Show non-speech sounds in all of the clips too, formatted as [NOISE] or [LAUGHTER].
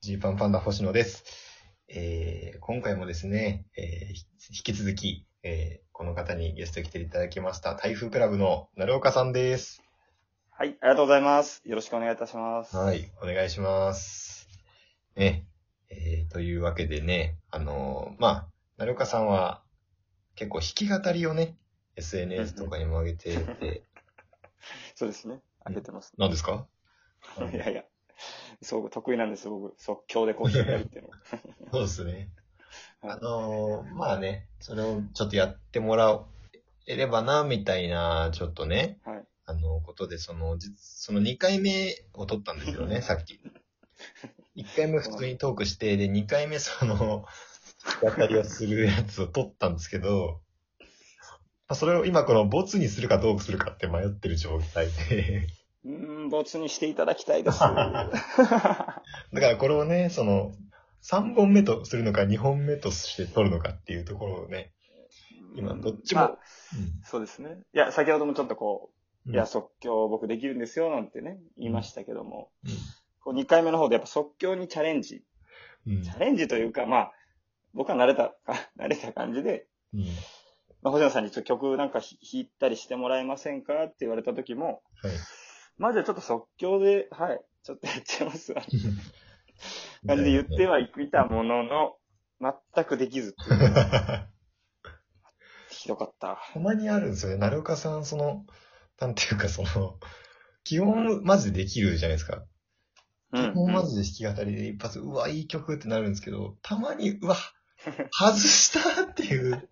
ジーパンパンダ星野です。えー今回もですね、えーひ引き続き、えーこの方にゲストに来ていただきました、台風クラブの鳴岡さんです。はい、ありがとうございます。よろしくお願いいたします。はい、お願いします。ね、えーというわけでね、あのーまあ、鳴岡さんは結構弾き語りをね、SNS とかにも上げてて、そうですね。あげてます、何です [LAUGHS] かうん [LAUGHS] いやいや。そう、得意なんです、僕。即興でこう、やるっていうの。そうですね。はいあのーまあね、それをちょっとやってもらえればな、みたいな、ちょっとね、はいあの、ことで、その、じその2回目を撮ったんですよ [LAUGHS] ね、さっき。1回目普通にトークして、で、2回目その、弾き語りをするやつを撮ったんですけど、まあそれを今このボツにするかどうするかって迷ってる状態で、う [LAUGHS] ーん、没にしていただきたいです。だからこれをね、その、3本目とするのか2本目として撮るのかっていうところをね、今どっちもまあそうですね。いや、先ほどもちょっとこう、うんいや、即興僕できるんですよ、なんてね、言いましたけども、うんこう2回目の方でやっぱ即興にチャレンジ。うんチャレンジというか、まあ、僕は慣れた、 [LAUGHS] 慣れた感じで、うんまあ、星野さんにちょっと曲なんかひ弾いたりしてもらえませんかって言われた時も、はいまあじゃあちょっと即興で、はい、ちょっとやっちゃいますわ。感じで言 [LAUGHS] ってはいたものの、全くできずっていう [LAUGHS] ひどかった。たまにあるんですよね。成岡さん、その、なんていうか、その、基本マジでできるじゃないですか。うん基本マジで弾き語りで一発、うわ、いい曲ってなるんですけど、たまに、うわ、外したっていう、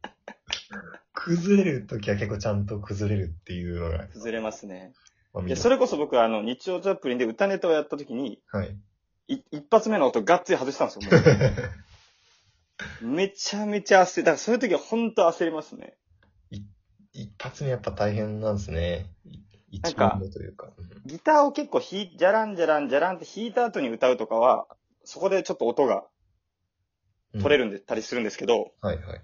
崩れるときは結構ちゃんと崩れるっていうのが、崩れますね。まあいや、それこそ僕、あの、日曜チャップリンで歌ネタをやった時に、はい。 [LAUGHS] い一発目の音がっつり外したんですよ。[LAUGHS] もうめちゃめちゃ焦り、だからそういう時は本当焦りますね。一発目やっぱ大変なんですね。なん一か番目というか。うんギターを結構弾い、じゃらんじゃらんじゃらんって弾いた後に歌うとかは、そこでちょっと音が取れる。るんで、たりするんですけど、はいはい。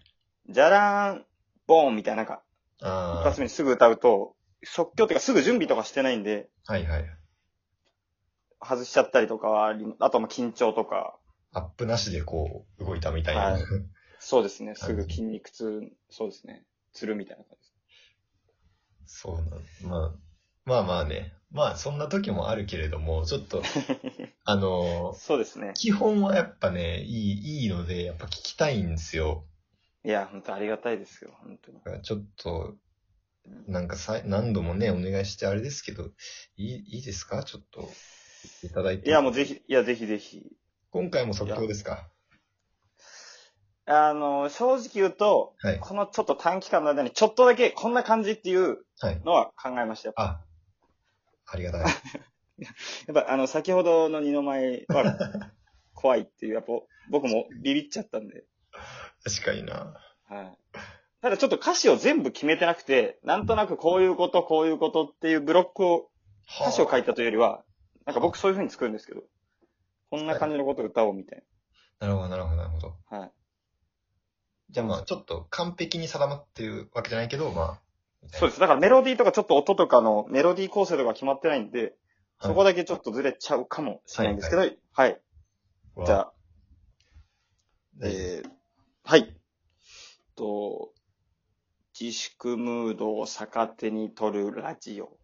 じゃらーん、ボーンみたいな、なんか、ああ。一発目にすぐ歌うと、即興っていうかすぐ準備とかしてないんで、はいはい。外しちゃったりとかはあり、あとはまあ緊張とか、アップなしでこう、動いたみたいな。はいそうですね、すはぐい筋肉痛、そうですね、つるみたいな感じです。そうなんまあ、まあまあね。まあ、そんな時もあるけれども、ちょっ [LAUGHS] と、あの、そうですね。基本はやっぱね、いい、いいので、やっぱ聞きたいんですよ。いや、本当ありがたいですよ、本当に。だからちょっと、なんかさ、何度もね、お願いしてあれですけど、いい、いいですかちょっと、いただいて。いや、もうぜひ、いや、ぜひぜひ。今回も即興ですかあの、正直言うと、はい。このちょっと短期間の間にちょっとだけこんな感じっていうはい。のは考えました。あ、ありがたい。やっぱあの、先ほどの二の舞は [LAUGHS] 怖いっていう、やっぱ僕もビビっちゃったんで。確かにな。はい。ただちょっと歌詞を全部決めてなくて、なんとなくこういうこと、こういうことっていうブロックを、歌詞を書いたというよりは、なんか僕そういう風に作るんですけど、こんな感じのことを歌おうみたいなるほど、なるほど、なるほど。な。はい。じゃあまあ、ちょっと完璧に定まってるわけじゃないけど、まあ。そうです。だからメロディーとかちょっと音とかのメロディー構成とか決まってないんで、そこだけちょっとずれちゃうかもしれないんですけど、はい。はじゃあ、ええーはい。と、自粛ムードを逆手に取るラジオ。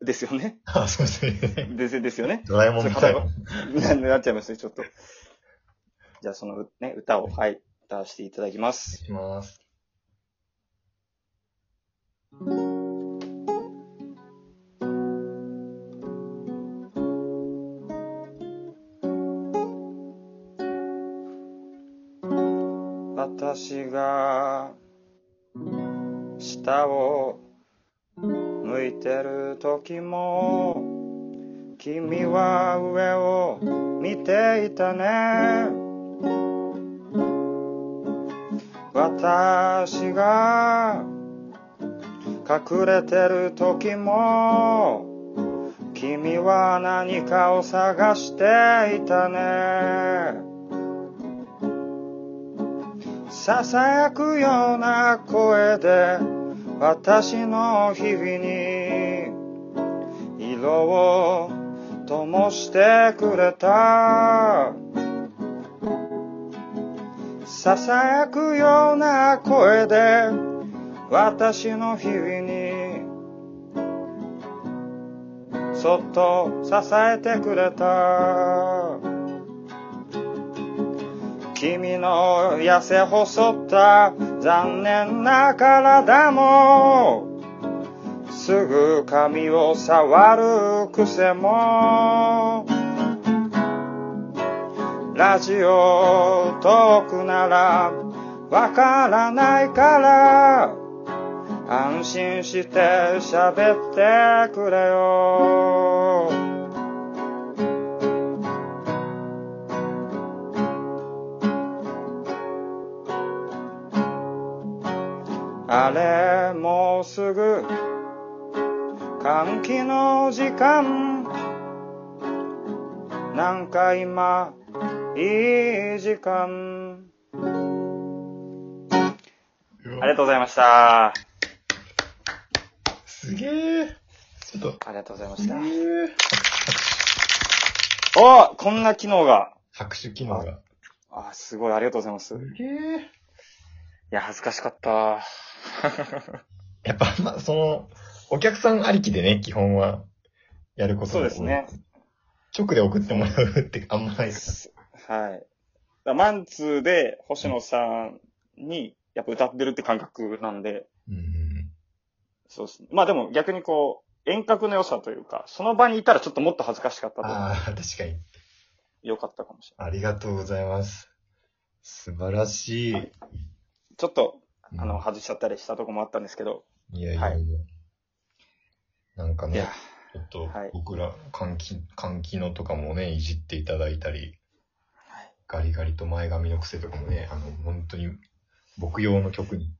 ですよね。ー、 [LAUGHS] あ、そうですね。ですですよね。ドラえもんみたいな。ななっちゃいますね、ちょっと。じゃあ、その、ね、歌を、はい、歌わせていただきます。します。私が、下を向いてる時も、君は上を見ていたね私が隠れてる時も君は何かを探していたねささやくような声で私の日々に色を灯もしてくれたささやくような声で私の日々にそっと支えてくれた君の痩せ細った残念な体もすぐ髪を触る癖もラジオトークならわからないから安心して喋ってくれよあれもうすぐ換気の時間なんか今いい時間ありがとうございましたあすげえ。ちょっと、りがとうございますしげたえ。おこんな機能が拍手機能が。あすごいありがとうございますいすげえ。や恥ずかしかったやっぱ、まあ、その、お客さんありきでね、基本は、やることそうですね。直で送ってもらうって [LAUGHS] あんまないです。はいだからマンツーで星野さんにやっぱ歌ってるって感覚なんでうん。そうですねまあでも逆にこう遠隔の良さというかその場にいたらちょっともっと恥ずかしかったとああ、確かに。良かったかもしれないありがとうございます。素晴らしい。ちょっとあうのん外しちゃったりしたとこもあったんですけどいやいやいや。はいなんかいやね、ちょっとはい僕ら、換気、換気のとかもね、いじっていただいたり、ガリガリと前髪の癖とかもね、あの、本当に僕用の曲に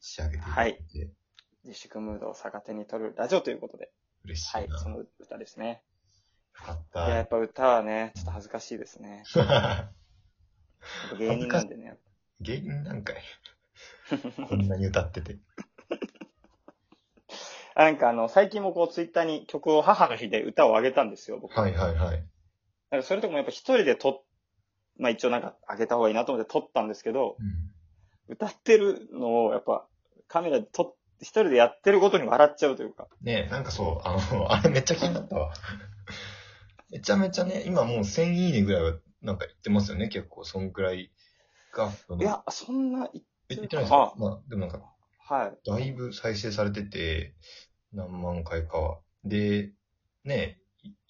仕上げていただいて、自粛ムードを逆手に取るラジオということで、嬉しいな。はい、その歌ですね。よかっいや、やたっ。ぱ歌はね、ちょっと恥ずかしいですね。芸人なんでね。 [LAUGHS] 芸人なん [LAUGHS] かい。こんなに歌ってて。あなんかあの、最近もこうツイッターに曲を母の日で歌を上げたんですよ、僕。はいはいはい。なんかそれとかもやっぱ一人で撮っ、まあ一応なんか上げた方がいいなと思って撮ったんですけど、うん歌ってるのをやっぱカメラで撮っ一人でやってることに笑っちゃうというか。ねえ、なんかそう、あの、あれめっちゃ気になったわ。めちゃめちゃね、今もう1000いいねぐらいはなんか言ってますよね、結構。そんくらいが。そのいや、そんな、いえ言ってないですかあまあ、でもなんか、はい。だいぶ再生されてて、何万回かは。で、ね、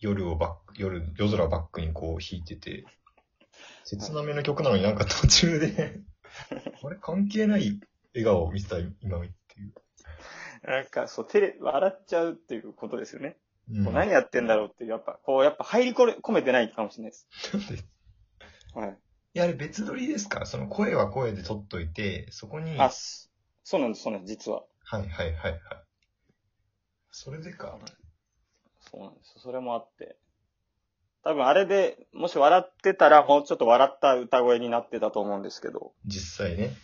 夜をバック、夜、夜空をバックにこう弾いてて、切なめの曲なのになんか途中 [LAUGHS] で、これ関係ない笑顔を見せた今っていう。なんか、そう、テレ、笑っちゃうっていうことですよね。うんも [LAUGHS] う何やってんだろうっていう、やっぱ、こう、やっぱ入りこれ込めてないかもしれないです。でいはい。や、あれ別撮りですかその声は声で撮っといて、そこに、あ、はいすそうなんです、そうなんです、実は。はいはいはい。それでか。そうなんです。それもあって。多分あれで、もし笑ってたら、もうちょっと笑った歌声になってたと思うんですけど、実際ね。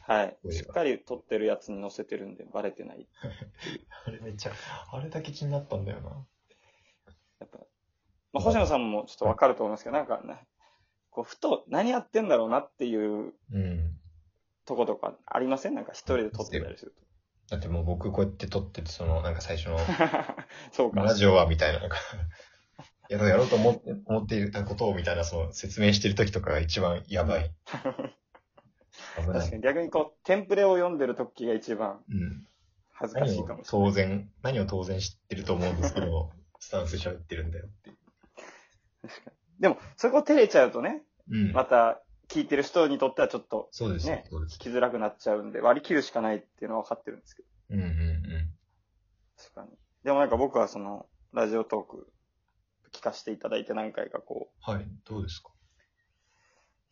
はい。声がしっかり撮ってるやつに載せてるんで、バレてない。あれめっちゃ、あれだけ気になったんだよな。やっぱ、まあ、星野さんもちょっとわかると思いますけど、なんかね、こう、ふと何やってんだろうなっていううん。とことかありませんなんか一人で撮ってたりすると。だってもう僕こうやって撮ってて、その、なんか最初 [LAUGHS] の、そうか。ラジオはみたいな、なんか、 [LAUGHS] やろうやろうと思って、思っていたことをみたいな、その説明してる時とかが一番やばい。危な確かい。に逆にこう、テンプレを読んでる時が一番うん。恥ずかし何いかをもしれない。当然、何を当然知ってると思うんですけ [LAUGHS] ど、スタンスで喋ってるんだよっていう。でも、そこ照れちゃうとね、うん。また聞いてる人にとってはちょっとそうですねね。そうです聞。きづらくなっちゃうんで、割り切るしかないっていうのは分かってるんですけど。うんうんうん。確かに。でもなんか僕はその、ラジオトーク、聞かせていただいて何回かこう、はい。どうですか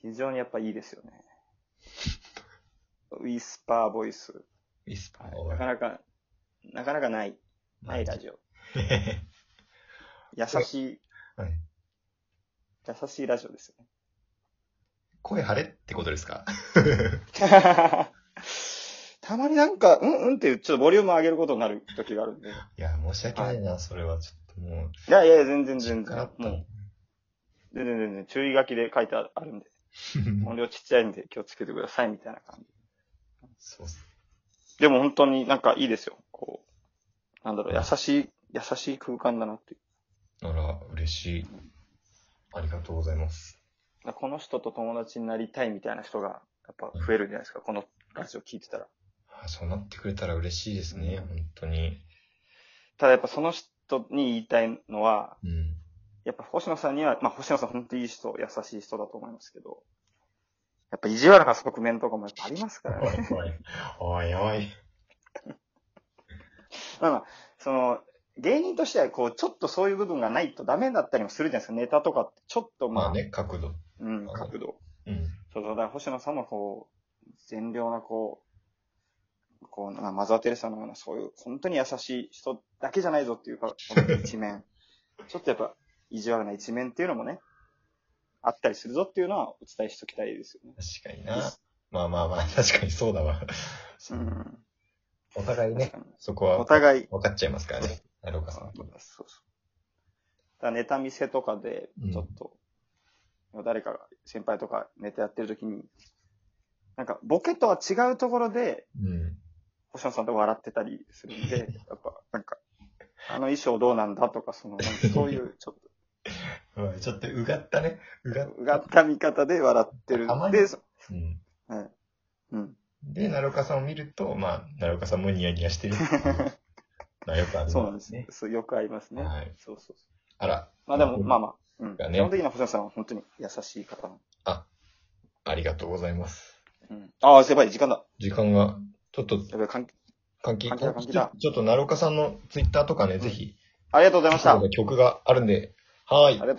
非常にやっぱいいですよね。ウィスパーボイス。いいっすかなかなか、なかなかない、ないラジオ。へへへ優しい、はい優しいラジオですよね。 [LAUGHS] 声張れってことですか [LAUGHS] たまになんか、うんうんっていう、ちょっとボリューム上げることになる時があるんで。いや、申し訳ないな、それはちょっと。もいやいや、全然全う、な然っ。たものう、全然全然、注意書きで書いてあるんで、音量ちっちゃいんで気をつけてくださいみたいな感じ。 [LAUGHS] そうっす。でも本当になんかいいですよ。こう、なんだろう、優しい、優しい空間だなっていう。なら、嬉しい。ありがとうございます。だからこの人と友達になりたいみたいな人が、やっぱ増えるんじゃないですか、このラジオ聞いてたら。あそうなってくれたら嬉しいですね、うん本当に。ただやっぱその人に言いたいのは、 [LAUGHS] うん。やっぱ星野さんには、まあ星野さん本当にいい人、優しい人だと思いますけど、やっぱ意地悪な側面とかもやっぱありますからね。おいおい。まあまあ、その、芸人としては、こう、ちょっとそういう部分がないとダメだったりもするじゃないですか。ネタとかって、ちょっとまあ、 [LAUGHS] まあね、角度。うん、角度。うん。そうそう、だから星野さんもこう、善良なこう、こう、まあ、マザー・テレサのような、そういう、本当に優しい人だけじゃないぞっていうか、この [LAUGHS] 一面。ちょっとやっぱ、意地悪な一面っていうのもね、あったりするぞっていうのはお伝えしときたいですよね。確かにな。まあまあま [LAUGHS] あ、確かにそうだわ。うん。お互い確ね、かに。そこおは互い、分かっちゃいますからね。なるほど。そうそう。だからネタ見せとかでうん、ちょっと、誰かが、先輩とかネタやってる時に、なんか、ボケとは違うところで、うん。星野さんと笑ってたりするんで、やっぱ、なんか、あの衣装どうなんだとか、その、なんかそういう、ちょっうんちょっとうがったね。うがっと、うがった見方で笑ってるたま。にで、そうん。はい。うん。で、奈良岡さんを見ると、まあ、奈良岡さんもニヤニヤしてる [LAUGHS] っていうのはよくあるそうなんですねね。。そうよくありますね。はいそうそうそう。あら。まあでも、まああ。まあ、うん。基だね本的には星野さんは本当に優しい方なの。ありがとうございます。うん。ああ、やばい、時間だ。時間が、ちょっと、やばい、関係関係換気だ換気だちょっと奈良岡さんのツイッターとかね、ぜひ、ありがとうございました。曲があるんで、はーい。